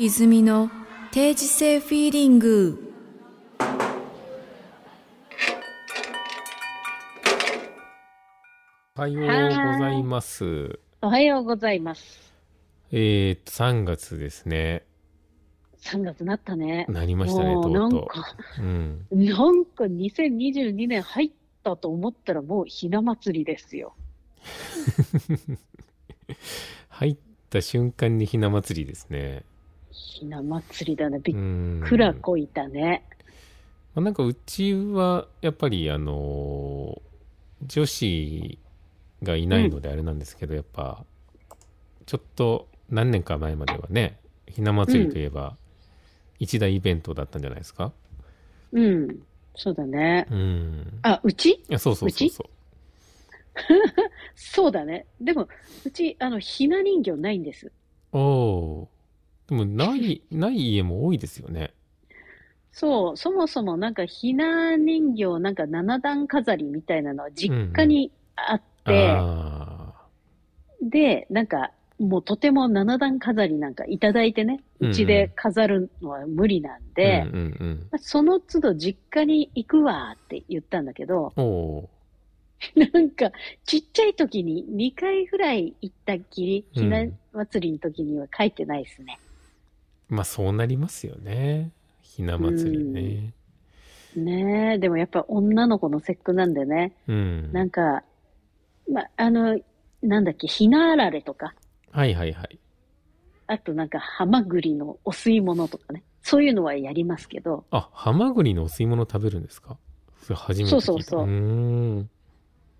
泉の定時性フィーリングおはようございます。おはようございます。えー、と、3月ですね。 3月なったね。なりましたね、もとううなんとか、う。うん。なんか2022年入ったと思ったらもうひな祭りですよ。入った瞬間にひな祭りですね。ひな祭りだね。びっうん。くらこいたね。まあなんかうちは、やっぱりあのー女子がいないのであれなんですけど、やっぱ、ちょっと何年か前まではね、ひな祭りといえば、一大イベントだったんじゃないですか。うん。そうだね。うん。あ、うちいやそうそうそうそう。そうだね。でも、うち、あの、ひな人形ないんです。おーでも、ない、ない家も多いですよね。そう、そもそもなんかひな人形、なんか七段飾りみたいなのは実家にあって、あで、なんか、もうとても七段飾りなんかいただいてね、うんうんうちで飾るのは無理なんーで、うんうんまあその都度実家に行くわって言ったんだけど、 うん。おなんか、ちっちゃい時に2回ぐらい行ったっきり、うんひな祭りの時には書いてないですね。ーまあそうなりますよね。ひな祭りね。ねえ、でもやっぱ女の子の節句なんでね、うん。なんか、ま、あの、なんだっけ、ひなあられとか、はいはいはい。あとなんか、ハマグリのお吸い物とかね、そういうのはやりますけど、あ、ハマグリのお吸い物食べるんですかそれ初めて聞いた。そうそうそううーん。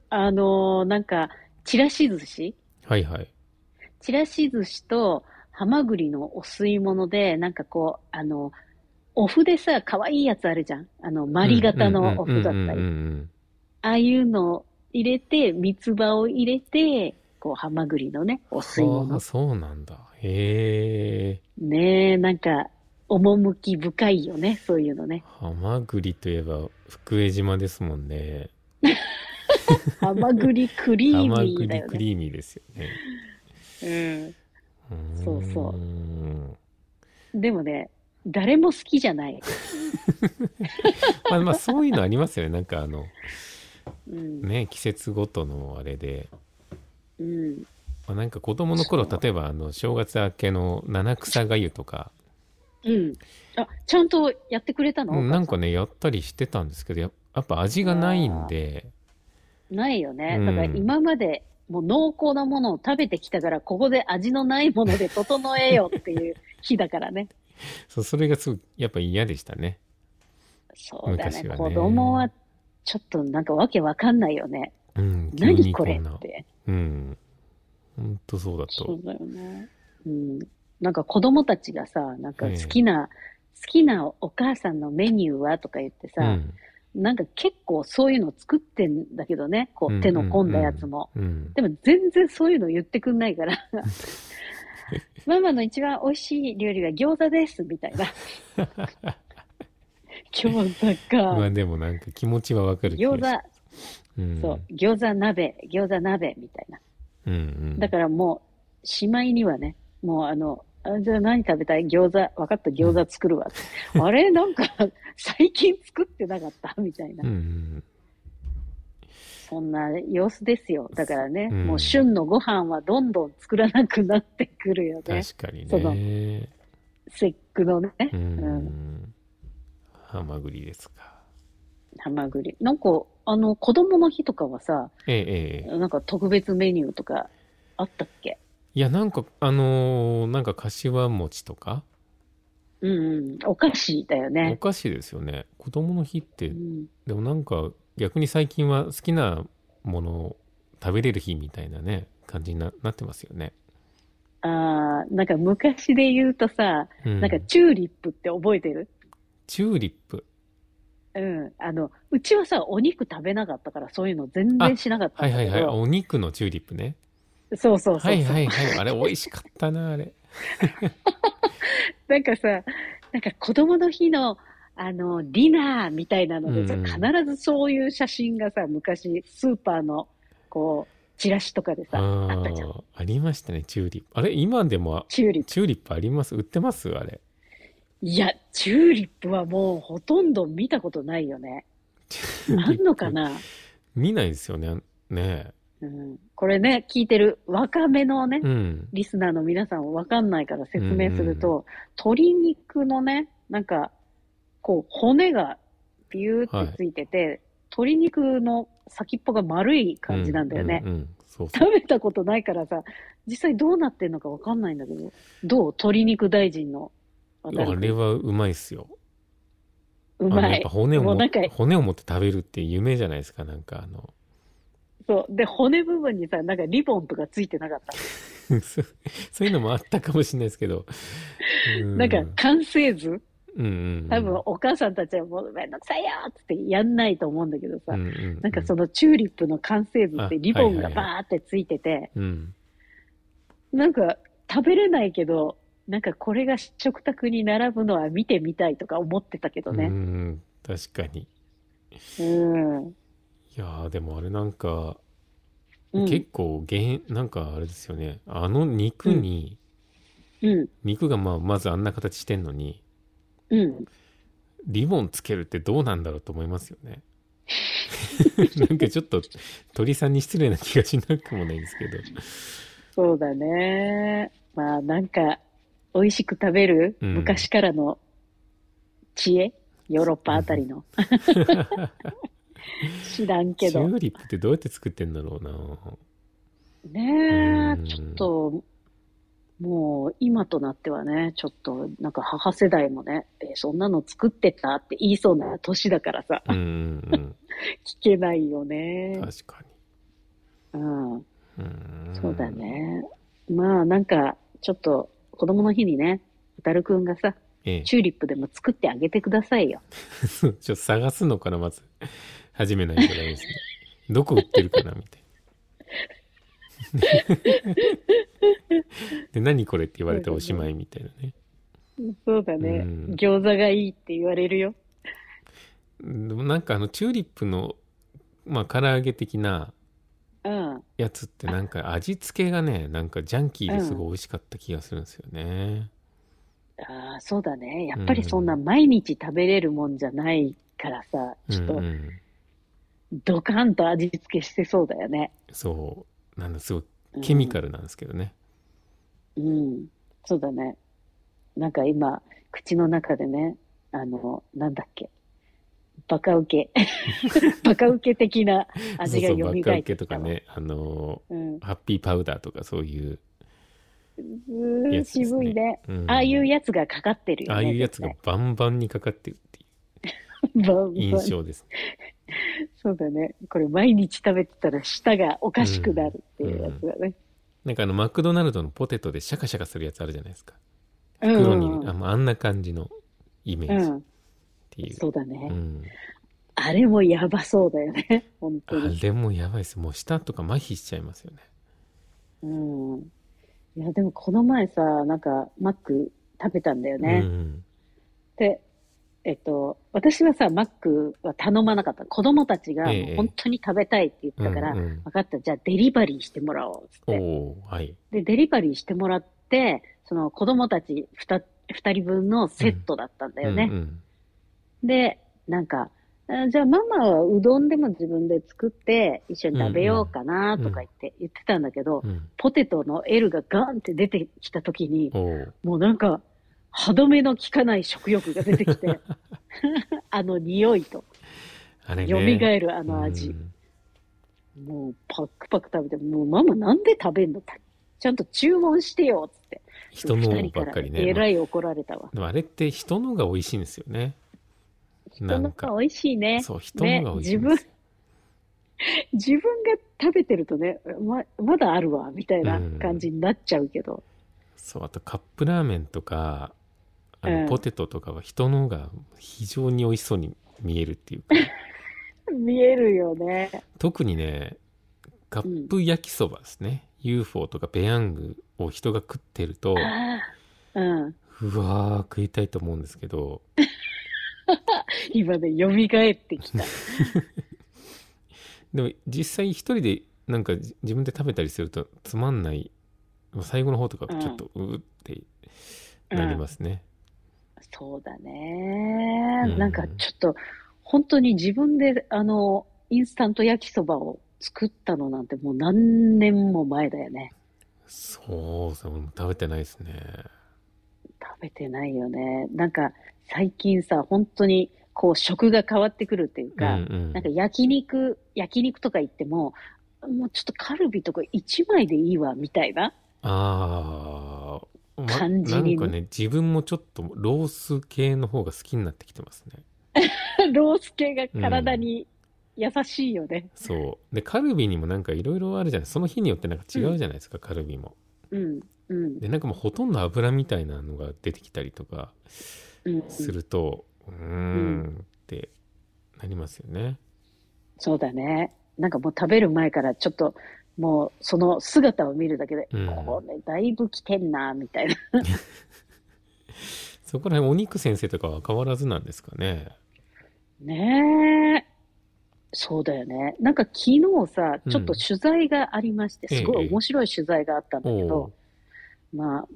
あのーなんか、ちらし寿司はいはい。ちらし寿司と、ハマグリのお吸い物で、なんかこう、あの、お麩でさ、可愛いやつあるじゃん。あの、マリ型のお麩だったうんうんうんり。うんああいうのを入れて、三つ葉を入れて、こう、ハマグリのね、お吸いうん。あ物あ、。そうなんだ。へえ。。ねえ、なんか、趣深いよね、そういうのね ハマグリといえば福江島ですもんね。ハマグリクリハーマミグーだリよクね。リーミーですよね。ーんそうそうん。でもね、誰も好きじゃない。まあまあそういうのありますよね。なんかあの、うん。ね、季節ごとのあれで。うん。まあ、なんか子供の頃そう例えばあの正月明けの七草がゆとか、うん。あ、ちゃんとやってくれたのうんなんかねやったりしてたんですけどややっぱ味がないんでないよねう。んだから今までもう濃厚なものを食べてきたから、ここで味のないもので整えようっていう日だか らね。そうそれがすごいやっぱ嫌でしたねそうだね。昔はね子供はちょっとなんかわけわかんないよね。うん急何にここれんなって。うんほんとそうだそとうだよね。うん。なんか子供たちがさ、なんか好きな、好きなお母さんのメニューはとか言ってうさ、んなんか結構そういうの作ってんだけどね。こうんう手の込んだやつも。うんでも全然そういうの言ってくんない から。ママの一番美味しい料理は餃子です、みたいな。 餃子まあか。でもなんか気持ちはわかる気が餃しう子、んそう、餃子鍋、餃子鍋、みたいな。うんうんだからもう、しまいにはね、もうあの、あじゃあ何食べたい餃子、分かった、餃子作るわ。あれなんか、最近作ってなかったみたいなう。んそんな様子ですよ。だからね、うんもう旬のご飯はどんどん作らなくなってくるようんね。確かにそのね節句のね、ううんハマグリですかハマグリ。なんか、あの、子供の日とかはさ、ええええなんか特別メニューとかあったっけいや、なんか、あのーなんか、柏餅とか、うんうん、お菓子だよおね。菓子ですよね。子供の日っうて、ん、でもなんか、逆に最近は好きなものを食べれる日みたいなね、感じにななってますよね。あーなんか昔で言うとさ、うん、なんかチューリップって覚えてるチューリップ。うん。あの、うちはさ、お肉食べなかったから、そういうの全然しなかったはんいだはけいど。はい。お肉のチューリップね。そうそうそうそう。はいはいはい。あれ、美味しかったな、あれ。なんかさ、なんか子供の日の、あの、ディナーみたいなのでさ、うんうん必ずそういう写真がさ、昔、スーパーの、こう、チラシとかでさ、あ あったじゃん。あありましたねチューリップあれ今でもあチューリップ。チューリップあります売ってますあれいや、チューリップはもうほとんど見たことないよね。あんのかな見ないですよねねえうん。これね、聞いてる若めのね、うんリスナーの皆さんわかんないから説明するうと、ん鶏肉のね、なんか、こう、骨がビューってついてて、鶏肉の先っぽが丸い感じなんだよね。うんうんうんそうそう食べたことないからさ、実際どうなってんのかわかんないんだけど、どう鶏肉大臣のあたりあれはうまいっすようあのまやっいぱ。骨をもうもなんか骨を持って食べるって夢じゃないですかなんかあの そう。で、骨部分にさ、なんかリボンとかついてなかった。そうそういうのもあったかもしれないですけど、うなんか完成図うんうん多分お母さんたちはもうめんどくさいよーっつってやんないと思うんだけどさ、うんうんうんなんかそのチューリップの完成図ってリボンがバーってついてて、うんなんか食べれないけど、なんかこれが食卓に並ぶのは見てみたいとか思ってたけどうね。ん確かにいうん。やーでもあれなんか、うん。結構げなんかあれですよねあの肉に、うん。肉がまあまずあんな形してんのにうん。リボンつけるってどうなんだろうと思いますよね なんかちょっと鳥さんに失礼な気がしなくもないんですけどそうだね。まあなんか、美味しく食べるうん昔からの知恵、ヨーロッパあたりの。知らんけチどュ。ーリップってどうやって作ってんだろうなねうえ、んちょっと、もう今となってはね、ちょっとなんか母世代もね、えそんなの作ってたって言いそうな年だからさ、うん うん聞けないようねん。確かうん、にうんそうだね。まあなんか、ちょっと子供の日にね、ホタルくんがさ、ええチューリップでも作ってあげてくださいよ。ちょっと探すのかなまず始めないとダメですねどこ売ってるかなみ たいなで何これって言われておしまいみたいなねそうだね。うん餃子がいいって言われるよ。でもなんかあのチューリップのまあ唐揚げ的なうん。やつってなんか味付けがねなんかジャンキーですごい美味しかった気がするんですよね、ああ、そうだね。やっぱりそんな毎日食べれるもんじゃないからさ、うんちょっうとん、ドカンと味付けしてそうだよね。そうなんだすごいケミカルなんですけどね、うん。うん。そうだね。なんか今、口の中でね、あの、なんだっけ。バカ ウケ。バカウケ的な味がそう蘇そうばっってきたかわ受けとか。ねあのうん。ハッピーパウダーとかそういう、うーやん、つですね渋いね。うんああいうやつがかかってるよね。ああいうやつが絶バンバンにかかってるってい対。バンバンう 印象ですね。そうだね。これ毎日食べてたら舌がおかしくなるっていうやつだね。なんかあのマクドナルドのポテトでシャカシャカするやつあるじゃないですか。うん。黒に、うあんまああんな感じのイメージっうん。ていう。そうだうね。ん、あれもやばそうだよね。本当あに。れもやばいです。もう舌とか麻痺しちゃいますよね。うん。いや、でもこの前さ、なんか、マック食べたんだよね。うんで、えっと、私はさ、マックは頼まなかった。子供たちがええもう本当に食べたいって言っうたん。から、うんうん分かった、じゃあデリバリーしてもらおうっつっおて。おはい。で、デリバリーしてもらって、その子供たち 2, 二人分のセットだったんだよね。うんで、なんか、あじゃあママはうどんでも自分で作って一緒に食べようかなとか言って、言ってたんだけど、うんうんポテトの L がガンって出てきた時に、おーもうなんか、歯止めの効かない食欲が出て きて、あの匂いと、あれね。蘇るああの味、もうパックパク食べて、もうママなんで食べんのたちゃんと注文してよっつって。人の二ばっかりえね。まらあい怒られたわ。でもあれって人のが美味しいんですよね。な人のんかが美味しいね。そう、人のが美味しいんですよ。 自分が食べてるとね、ままだあるわ、みたいな感じになっちゃうけど。そうあとカップラーメンとかあうんのポテトとかは人の方が非常に美味しそうに見えるっていう か見えるよね。特にねカップ焼きそばですね、UFO とかペヤングを人が食ってるとああ。うん。うわー食いたいと思うんですけど今ね、蘇ってきた。でも実際一人でなんかじ自分で食べたりするとつまんない最後の方とかちょっとうーってなりますね、そうだね、うんなんかちょっと、本当に自分で、あの、インスタント焼きそばを作ったのなんてもう何年も前だよね。そうそう俺も食べてないですね食べてないよね。なんか最近さ、本当にこう食が変わってくるっていううんか、うんなんか焼肉、焼肉とか行っても、もうちょっとカルビとか1枚でいいわ、みたいな。 ああ、ま感じになんかね自分もちょっとロース系の方が好きになってきてますねロース系が体に優しいよね。そうでカルビにもなんかいろいろあるじゃないその日によってなんか違うじゃないですか、カルビもうん、うん、でなんかもうほとんど油みたいなのが出てきたりとかうん。するとうーんってなりますよねそうだね。なんかもう食べる前からちょっと、もうその姿を見るだけで、うんこれだいぶ来てんな、みたいな。 そこら辺お肉先生とかは変わらずなんですかねねえ。そうだよね。なんか昨日さ、ちょっと取材がありまして、うんすごい面白い取材があったんだけど、ま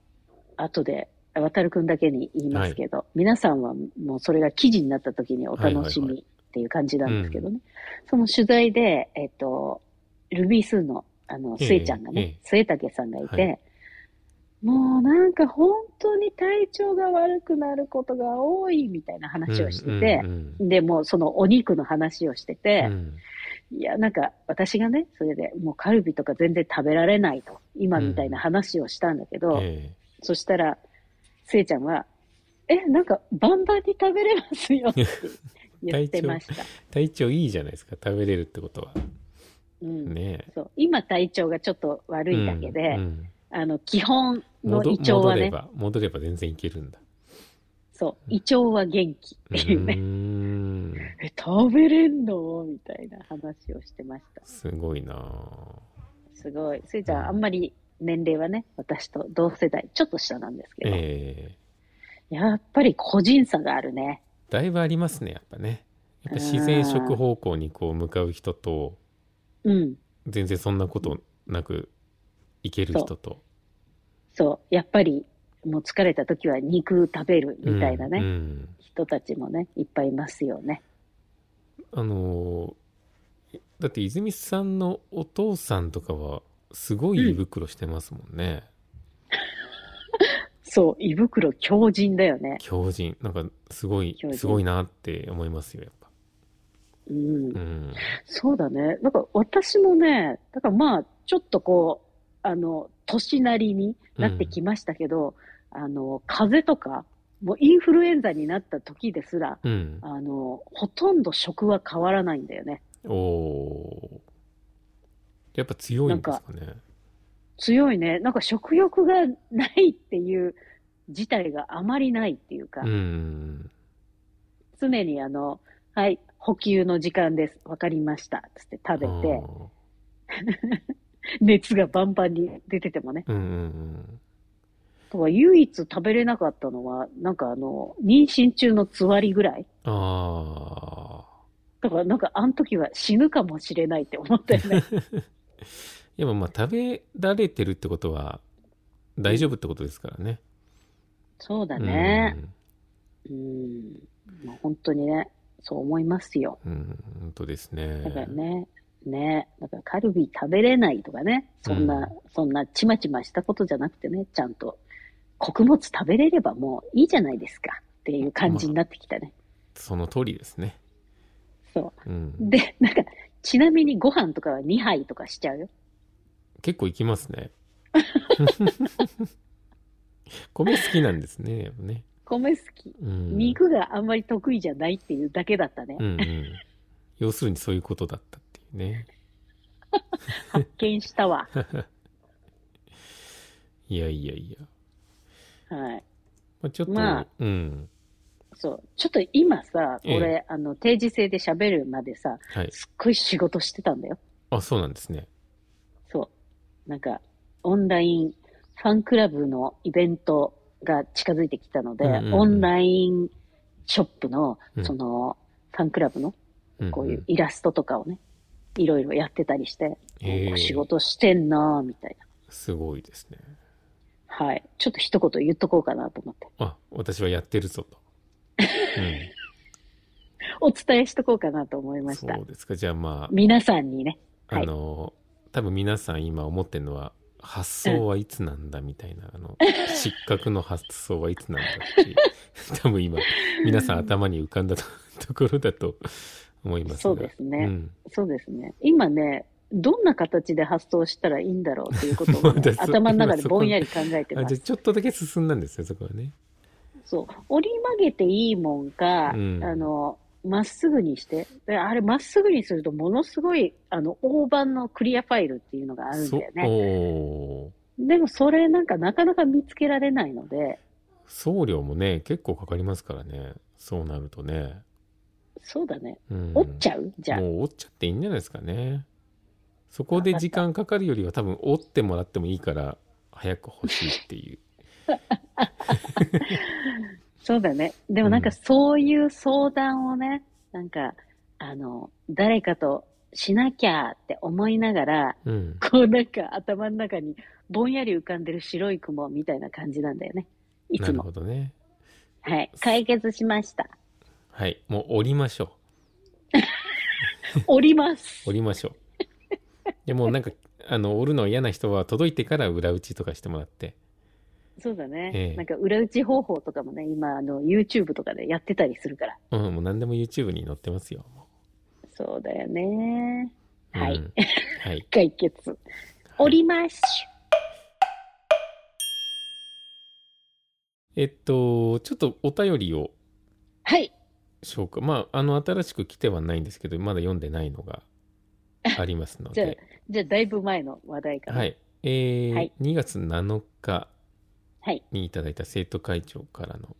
あ、後で、渡るくんだけに言いますけど、皆さんはもうそれが記事になった時にお楽しはいはいみっていう感じなんですけどね。その取材で、えっ、と、ルビースーの、あの、ええスエちゃんがね、ええ末竹さんがいて、はもうなんか本当に体調が悪くなることが多いみたいな話をしてて、うんうんで、もうそのお肉の話をしてうんてう、んいや、なんか私がね、それでもうカルビとか全然食べられないと、今みたいな話をしたんだけど、えそしたら、せいちゃんは、え、なんかバンバンに食べれます よって言ってました。え体調いいじゃないですか食べれるってことはうんねそう今体調がちょっと悪いだけで、うんうんあの基本の戻胃腸は戻れね、ば戻れば全然いける んだそう、胃腸は元気うって いうね、ーんえ、食べれんのみたいな話をしてました。すごいなぁすごい。それじゃあ、あんまり年齢はね、私と同世代、ちょっと下なんですけど、ええやっぱり個人差があるね。だいぶありますねやっぱねやっぱ自然食方向にこう向かう人とうん。全然そんなことなくいける人とそう。やっぱり、もう疲れた時は肉食べるみたいなね、うんうん人たちもね、いっぱいいますよね。あのーだって泉さんのお父さんとかはすごい胃袋してますもんね、そう、胃袋強靭だよね。強靭なんかすごい強靭すごいなって思いますよやっぱうん。うんそうだね。だから私もね、だからまあ、ちょっとこう、あの、年なりになってきましたけど、あの、風邪とか、もうインフルエンザになった時ですら、うんあの、ほとんど食は変わらないんだよね。おおーやっぱ強いんですかね強いね。なんか食欲がないっていう事態があまりないっていうか、うん常にあの、はい、補給の時間です。わかりました。つって食べて、熱がバンバンに出ててもね。うんうんうんとは唯一食べれなかったのは、なんかあの、妊娠中のつわりぐらい。ああだからなんかあの時は死ぬかもしれないって思ったよね。やっぱまあ食べられてるってことは大丈夫ってことですからねそうだね。うんうん。もう本当にね、そう思いますよ。うん本当ですねだからね、ね、だからカルビ食べれないとかね、そんな、うんそんなちまちましたことじゃなくてね、ちゃんと穀物食べれればもういいじゃないですかっていう感じになってきたね。その通りですねそうう。んで、なんか、ちなみにご飯とかは2杯とかしちゃうよ。結構いきます ね米好きなんですねやっぱね米好き。うん肉があんまり得意じゃないっていうだけだったね。うんうん要するにそういうことだったっていうね発見し たわ。いやいやいや、はい。まあ、ちょっと、まあうんそう。ちょっと今さ、ええ俺、あの、定時制で喋るまでさ、はいすっごい仕事してたんだよ。あそうなんですねそう。なんか、オンライン、ファンクラブのイベントが近づいてきたので、うんうんうんオンラインショップのう、んその、ファンクラブの、こういううんイラストとかをね、いろいろやってたりして、ええ仕事してんなーみたいな。すごいですね。はい。ちょっと一言言っとこうかなと思って。あ、私はやってるぞ と。うお伝えしとこうかなと思いん、ましたそ。うですか。じゃあまあ、皆さんにね。はいあの、多分皆さん今思ってるのは、発想はいつなんだみたいな、あの、失格の発想はいつなんだっていう、 多分今、皆さん頭に浮かんだとところだと思いますがそうですねうん、そうですね。今ね、どんな形で発想したらいいんだろうっていうことをね、 そうです頭の中でぼんやり考えてあまじゃあす。ちょっとだけ進んだんですね、そこはね。そう。折り曲げていいもんか、うんあの、まっすぐにして。であれ、まっすぐにすると、ものすごい、あの、大判のクリアファイルっていうのがあるんだよそね。おーでも、それなんかなかなか見つけられないので、送料もね、結構かかりますからね。そうなるとね。そうだね。うん、折っちゃうじゃあ。もう折っちゃっていいんじゃないですかね。そこで時間かかるよりは多分折ってもらってもいいから早く欲しいっていう。そうだね。でもなんうかんそういう相談をね、なんか、あの、誰かとしなきゃって思いながら、うん。こうなんか頭の中にぼんやり浮かんでる白い雲みたいな感じなんだよね。いなつるもほ。どね。はい。解決しました。はい。もう折りましょ降りますう。。折りましょう。 でもうなんか、あの、折るの嫌な人は届いてから裏打ちとかしてもらって。そうだね。ええなんか裏打ち方法とかもね、今、あの、YouTube とかでやってたりするから。うん、もう何でも YouTube に載ってますよ。そうだよね。うんはい。 はい。解決。降ります。えっと、ちょっとお便りをはい。紹介。まあ、あの、新しく来てはないんですけど、まだ読んでないのがありますのじゃあ で。じゃあ、だいぶ前の話題から。はい。えーはい2月7日はい。にいただいた生徒会長からの、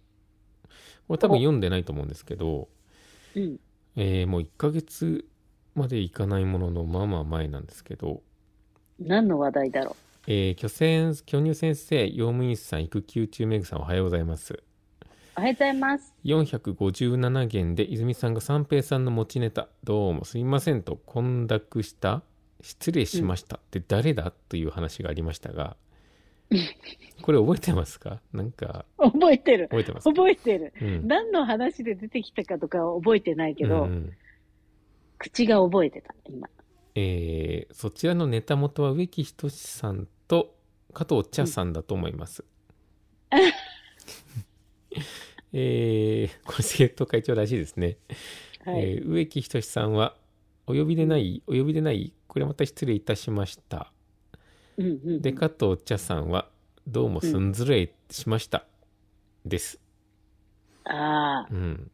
これ多分お読んでないと思うんですけど、うん。えーもう1ヶ月までいかないものの、まあまあ前なんですけど、何の話題だろえー、巨泉巨乳先生、用務員さん、育休中めぐさん、おはようございます。う。おはようございます。 457件で泉さんが三平さんの持ちネタ、どうもすいませんと、混濁した、失礼しましたって誰だという話がありましたが、これ覚えてますかなんか、覚えてる。覚えてますか覚えてる。うん何の話で出てきたかとかは覚えてないけど、うんうん口が覚えてた、今。えーそちらのネタ元は植木仁さんと加藤茶さんだと思います、えーこれ生徒会長らしいですね、はい。えー植木仁さんはお呼びでないお呼びでないこれまた失礼いたしましたうんうん。で加藤茶さんはどうもすんずれしました、ですああ、うん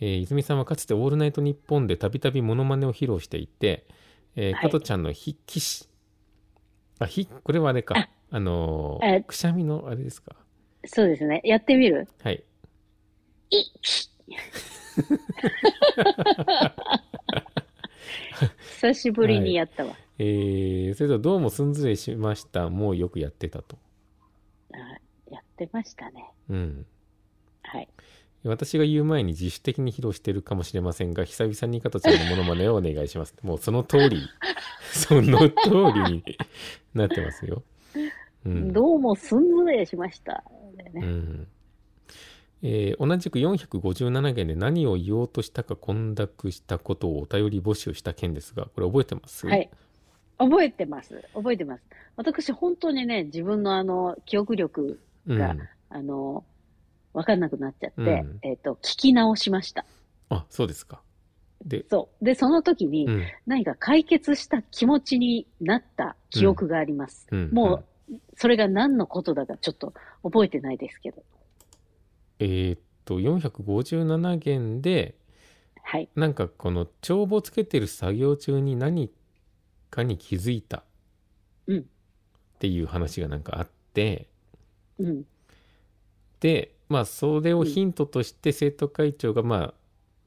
えー泉さんはかつて「オールナイトニッポン」でたびたびモノマネを披露していて、えーはい加トちゃんの筆記師あひこれはあれかああのーえくしゃみのあれですかそうですね。やってみるはいいき久しぶりにやったわ。えーそれとはどうもすんずれしましたもうよくやってたとあーやってましたね。うんはい。私が言う前に自主的に披露してるかもしれませんが久々に加トちゃんのモノマネをお願いしますもうその通 りその通りになってますよ、うん、どうもすんずれしました。うねんえー同じく457件で何を言おうとしたか混濁したことをお便り募集した件ですがこれ覚えてますはい。覚えてます。覚えてます。私、本当にね、自分のあの、記憶力、うん、があの、わかんなくなっちゃって、うんえっ、と、聞き直しました。あそうですかで、そう。で、その時に、うん何か解決した気持ちになった記憶があります。うん、もんう、それが何のことだかちょっと覚えてないですけど。えーっと457件ではい。なんかこの帳簿つけてる作業中に何かに気づいたうんっていう話がなんかあって、うん。でまあそれをヒントとして生徒会長がまあ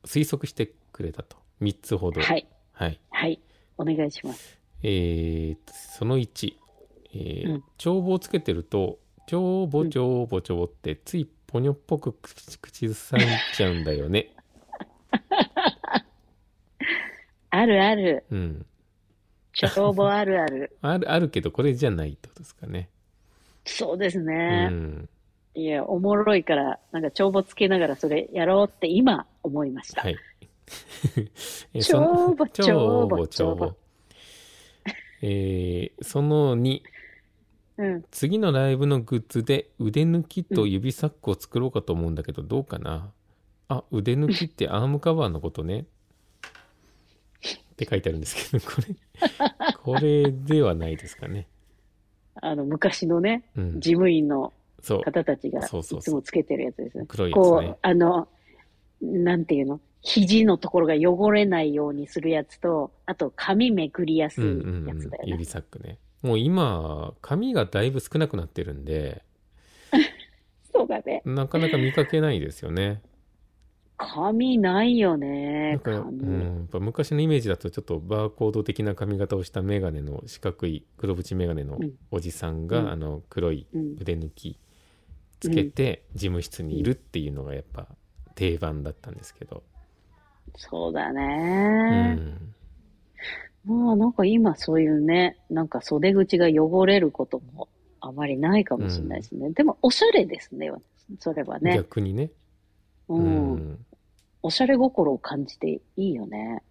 推測してくれたと3つほどはい。はいはい。お願いします。えーその1、えーうん帳簿をつけてると帳簿帳簿帳簿ってついポニョっぽく口口ずさんじゃうんだよねあるある。 うん帳簿あるある。ある、あるけど、これじゃないってことですかね。そうですうね。ん。いや、おもろいから、なんか帳簿つけながらそれやろうって今思いました。はい。 えその帳簿、帳簿、帳帳簿簿。。えーその2、うん。次のライブのグッズで腕抜きと指サックを作ろうかと思うんだけど、どうかなあ、腕抜きってアームカバーのことね。って書いてあるんですけど、 これ、これではないですかね。あの、昔のね、うん。事務員のそう。方たちがそういそうそうつもつけてるやつですね。黒いやつこねう、。あの、なんていうの肘のところが汚れないようにするやつと、あと紙めくりやすういんやうんうつんだよね。指サックね。もう今、紙がだいぶ少なくなってるんで、そうだね。なかなか見かけないですよね。紙ないよなねん。か、う紙。ん、やっぱ昔のイメージだとちょっとバーコード的な髪型をしたメガネの四角い黒縁メガネのうんおじさんが、うんあの黒いうん腕抜きつけて事務室にいるっていうのがやっぱ定番だったんですけど、そうだうね。ん、もうなんか今そういうね、なんか袖口が汚れることもあまりないかもしれないですね。でもおしゃれですね、それはね。逆にね、う。うんんおしゃれ心を感じていいよね。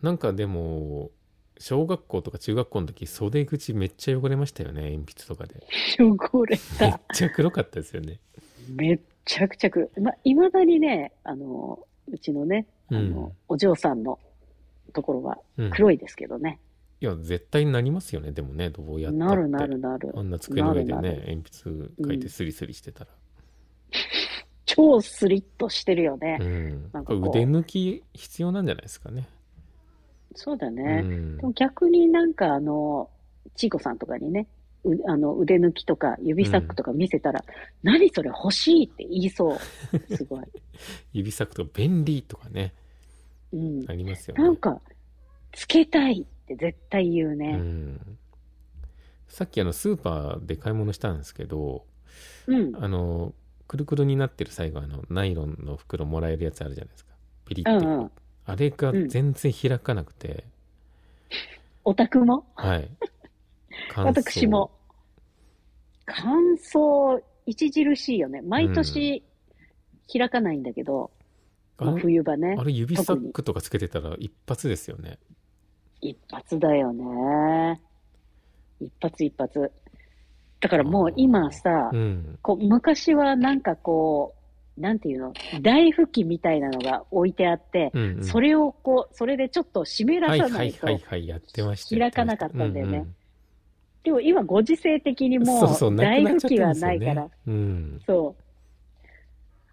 なんかでも小学校とか中学校の時袖口めっちゃ汚れましたよね鉛筆とかで汚れめたっ。ちゃ黒かったですよねめっちゃくちゃく、ま、いまだにね、あの、うちのね、あの、うんお嬢さんのところはうん、い黒いですけどね。や絶対なりますよねでもねどうやったってなるなるなるあ。んな机の上でなるなね鉛筆書いてスリスリしてたら、超スリッとしてるよね。うん、なんこかれこう腕抜き必要なんじゃないですかね。そうだうね。んでも逆になんかあの、ちいこさんとかにね、うあの腕抜きとか指サックとか見せたら、何それ欲しいって言いそう。すご い。指サックとか便利とかね、うん。ありますよね。なんか、つけたいって絶対言ううね。ん、さっきあのスーパーで買い物したんですけど、うん。あの、くるくるになってる最後あのナイロンの袋もらえるやつあるじゃないですか。ピリッうて、んうん。あれがうん全然開かなくて、オタクもはい。乾燥私も。。乾燥著しいよね。毎年開かないんだけど、あまあれ冬場ねあ。れ指サックとかつけてたら一発ですよね。一発だよね。一発一発。だからもう今さ、うん。こう昔はなんかこう、なんていうの、台拭きみたいなのが置いてあって、うん、うん。それをこう、それでちょっと湿らはさいなはいいとは。いはい、やってました。開かなかったんだよねううでも今ご時世的にもそうそうう、なく台なっちゃ拭ってきまはすよなねいから、うん。そう。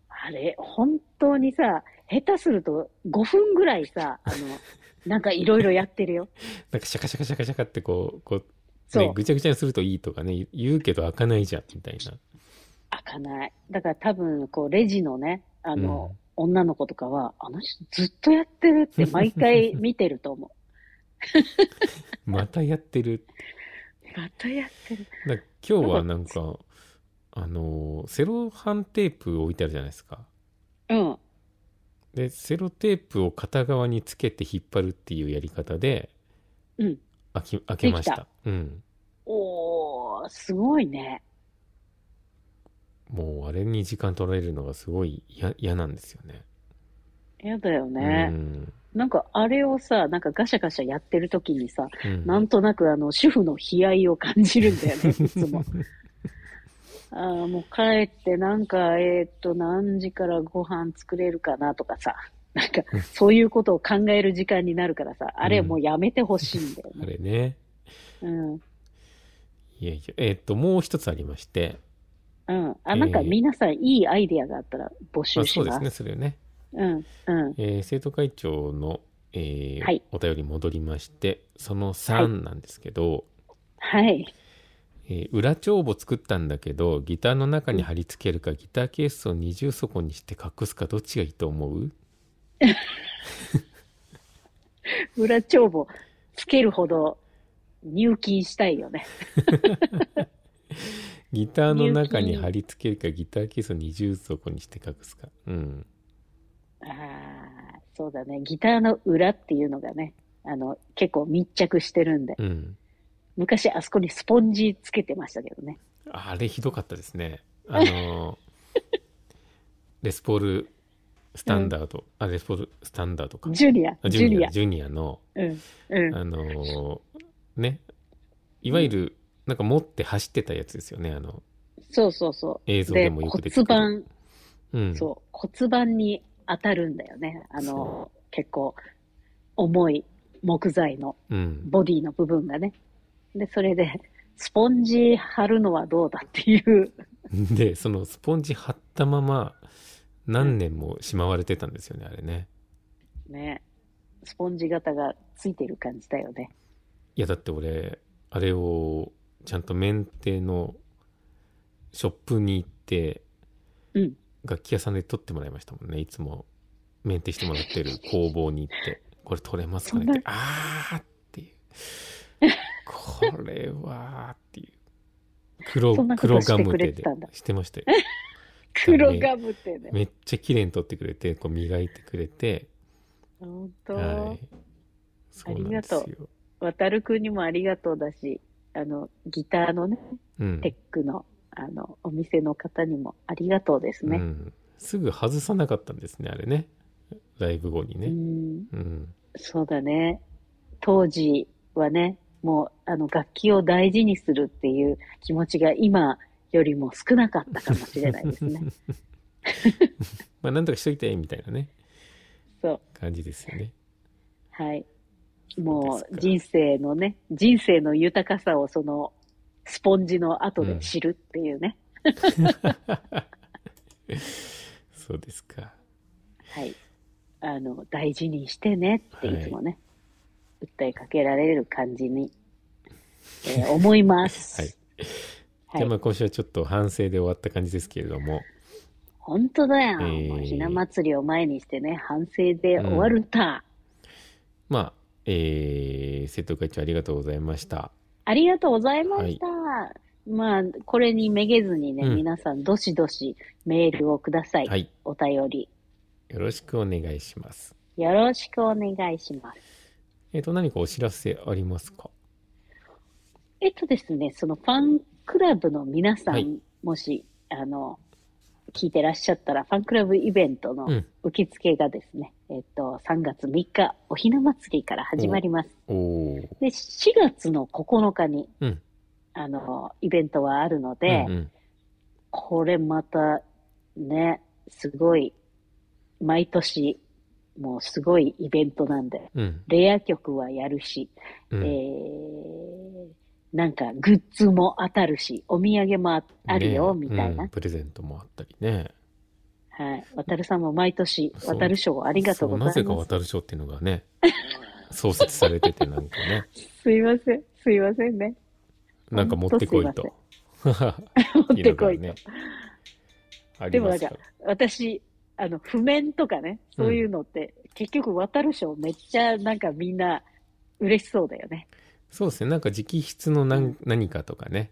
あれ、本当にさ、下手すると5分ぐらいさ、 あの、なんかいろいろやってるよ。なんかシャカシャカシャカシャカってこう、こう、そねう、。ぐちゃぐちゃにするといいとかね、言うけど開かないじゃん、みた いな。開かない。だから多分、こう、レジのね、あの、女の子とかは、あの人ずっとやってるって毎回見てると 思またやってる。う。またやってる。だから今日はなんか、あのー、セロハンテープ置いてあるじゃないですか。うん。で、セロテープを片側につけて引っ張るっていうやり方で、うん。開き、開けました。でうん。おー、すごいね。もうあれに時間取られるのがすごい嫌嫌なんですよね。やだようね。ん。なんか、あれをさ、なんかガシャガシャやってる時にさ、うんなんとなく、あの、主婦の悲哀を感じるんだよ ね、いつも。ああ、もう帰って、なんか、えーっと、何時からご飯作れるかなとかさ、なんか、そういうことを考える時間になるからさ、あれもうやめてほしいんだよあね。れね。うん。いやいや、えっ、と、もう一つありまして、うん。あ、なんか、えー皆さん、いいアイディアがあったら募ま集あ、しそうでますす。ね、それをね、うん、うん。えー生徒会長の、えーはいお便り戻りまして、その3なんですけど、はい。えー裏帳簿作ったんだけど、ギターの中に貼り付けるか、ギターケースを二重底にして隠すか、どっちがいいと思う裏帳簿つけるほど入金したいよね。ギターの中に貼り付けるか、ギターケースを二重底にして隠すか。うん。ああ、そうだね。ギターの裏っていうのがね、あの、結構密着してるんで。うん。昔あそこにスポンジつけてましたけどね。あれひどかったですね。あの ーレスポールスタンダード、あ、レスポールスタンダードか。ジュニア、あジュニア。ジュニアの、うん、うん。あのーね、いわゆる、なんか持って走ってたやつですよね、あの、そうそうそう。映像でもよく出てく骨る盤、うん。そう、骨盤に当たるんだよね。あのそ、結構、重い木材のうん。ボディの部分がね。で、それで、スポンジ貼るのはどうだっていう。で、そのスポンジ貼ったまま、何年もしまわれてたんですよね、あれね。ね。スポンジ型がついてる感じだよね。いや、だって俺、あれを、ちゃんとメンテのショップに行って、うん楽器屋さんで撮ってもらいましたもんね、いつも。メンテしてもらってる工房に行って、これ撮れますかねって、あーって いう。これはーっていう。黒、そんなこ黒としガてムくれ手てでたんだしてましたよ。黒ガムってね。めっちゃ綺麗に撮ってくれて、こう磨いてくれて、本当、はい。そうなんですよあり。渡るくんにもありがとうだし、あの、ギターのね、うん。テックの、あの、お店の方にもありがとうですうね。ん。すぐ外さなかったんですね、あれね。ライブ後にうね。んうん。そうだね。当時はね、もう、あの、楽器を大事にするっていう気持ちが今よりも少なかったかもしれないですね。 まあ、なんとかしといて、みたいなね、そう。感じですよね。はい。そもうですう、か人生のね、人生の豊かさをその、スポンジの後で知るっていうね。そうですか。はい。あの、大事にしてねっていつもね、訴えかけられる感じに、え ー思います。はいはい。じゃあ、まあ、今週はちょっと反省で終わった感じですけれども、本当だよ、えーもうひな祭りを前にしてね、反省で終わるた。まあ、えー、生徒会長ありがとうございました。ありがとうございました。まあ、これにめげずにね、うん皆さん、どしどしメールをください。はい。お便り。よろしくお願いします。よろしくお願いします。えっ、と、何かお知らせありますかえっとですね、そのファンクラブの皆さん、はいもし、あの、聞いてらっしゃったら、ファンクラブイベントのうん受付がですね、えっと、3月3日、おひな祭りから始まります。おー。で、4月の9日に、うんあの、イベントはあるので、うんうん、これまた、ね、すごい、毎年、もうすごいイベントなんで、うん。レア曲はやるし、うんえー、なんかグッズも当たるし、お土産もああるよ、ねみたいな。うんプレゼントもあったりね。はい。渡るさんも毎年、そう渡る賞ありがとうございます。そうなぜか渡る賞っていうのがね、 創設されててなんか ね、すいません、すいませんね。なんか持ってこいと。持 ってころいと。ろね。ありでもまなんすかから。、私、あの、譜面とかね、そういうのって、結局渡る賞めっちゃなんかみんな嬉しそうだよね。そうですね、なんか直筆の何,、うん何かとかね、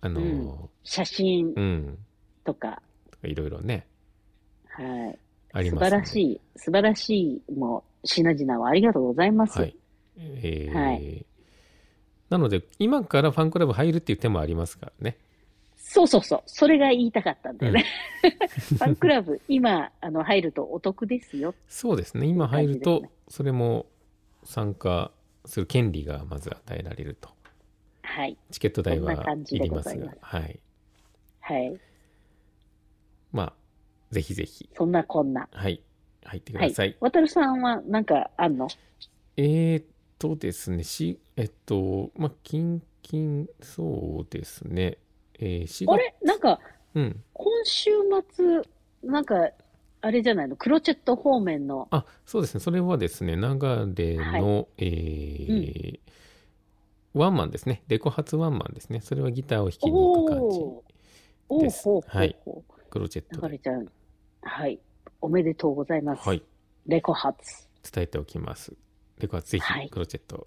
あの写真ー、うん、とか、とかいろいろね、はい。あり素ます晴らしい。い、素晴らしい、もう、品々をありがとうございます。はい。えーはなので、今からファンクラブ入るっていう手もありますからね。そうそうそう。それが言いたかったんだよね。 ファンクラブ、今、あの、入るとお得ですよ。そうですね、今入るいいと感じ、それも参加する権利がまず与えられると。はい。チケット代はそんな感じいでりごまざすいがますはい。はい。まあ、ぜひぜひ、そんなこんな。はい、入ってくはだいさい。。渡るさんは、なんか、あんのえーっとですね、し、えっと、まあ、キンキン、そうですね、えー、4月、あれなんか、うん。今週末、なんか、あれじゃないのクロチェット方面の、あ、そうですね、それはですね、流れの、えーワンマンですね、デコ発ワンマンですね、それはギターを弾きに行く感じ、おーおーですほうほはういほクロチェッう。トで流れ。ちゃん、はい。おめでとうございます。はい、レコ発。伝えておきます。デコ発、ぜはいひ、クロチェット、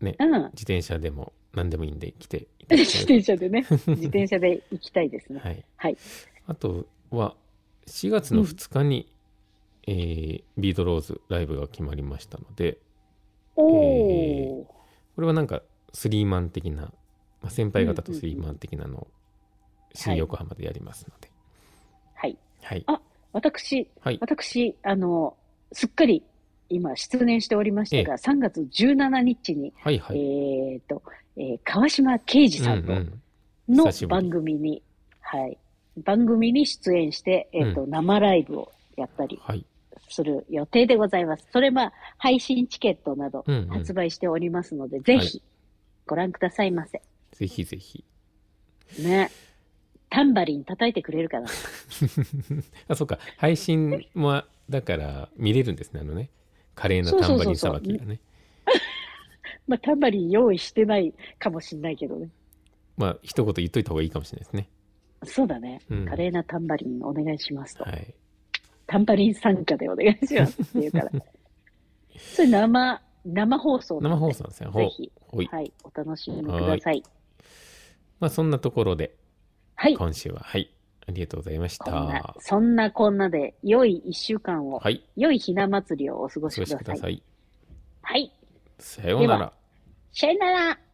ねう、ん。自転車でも何でもいいんで来ていただければ自 転車でね。自転車で行きたいですね。はい。はいあとは、4月の2日に、えービートローズライブが決まりましたので、おー。これはなんかスリーマン的な、まあ、先輩方とスリーマン的なのを新横浜でやりますので、はい。はいあ私、はい私、あの、すっかり今失念しておりましたが、3月17日に、はいはいえっ、と、えー川島慶二さんうんうのんの久しぶり番組に、はい。番組に出演して、えっ、と、う生ライブをやったりはいする予定でございます。それ、まあ、配信チケットなどうんうん発売しておりますので、ぜはひご覧くださいませ。ぜひぜひね。タンバリン叩いてくれるかな。あそうか配信もだから見れるんですねあのね華麗なタンバリンさばきがねまあ、タンバリン用意してないかもしれないけどね。まあ一言言っといた方がいいかもしれないですねそうだね。うん華麗なタンバリンお願いしますと。はいタンバリン参加でお願いしますって言 うから。それ生、生放送な生の放で送なんですねぜひほうほいはい、お楽しみください。まあそんなところではい。今週ははいありがとうございましこたんな、そんなこんなで、良い一週間を、はい良いひな祭りをお過ごおし過ごくしだくさだい。さいはい。さようなでらはさよなら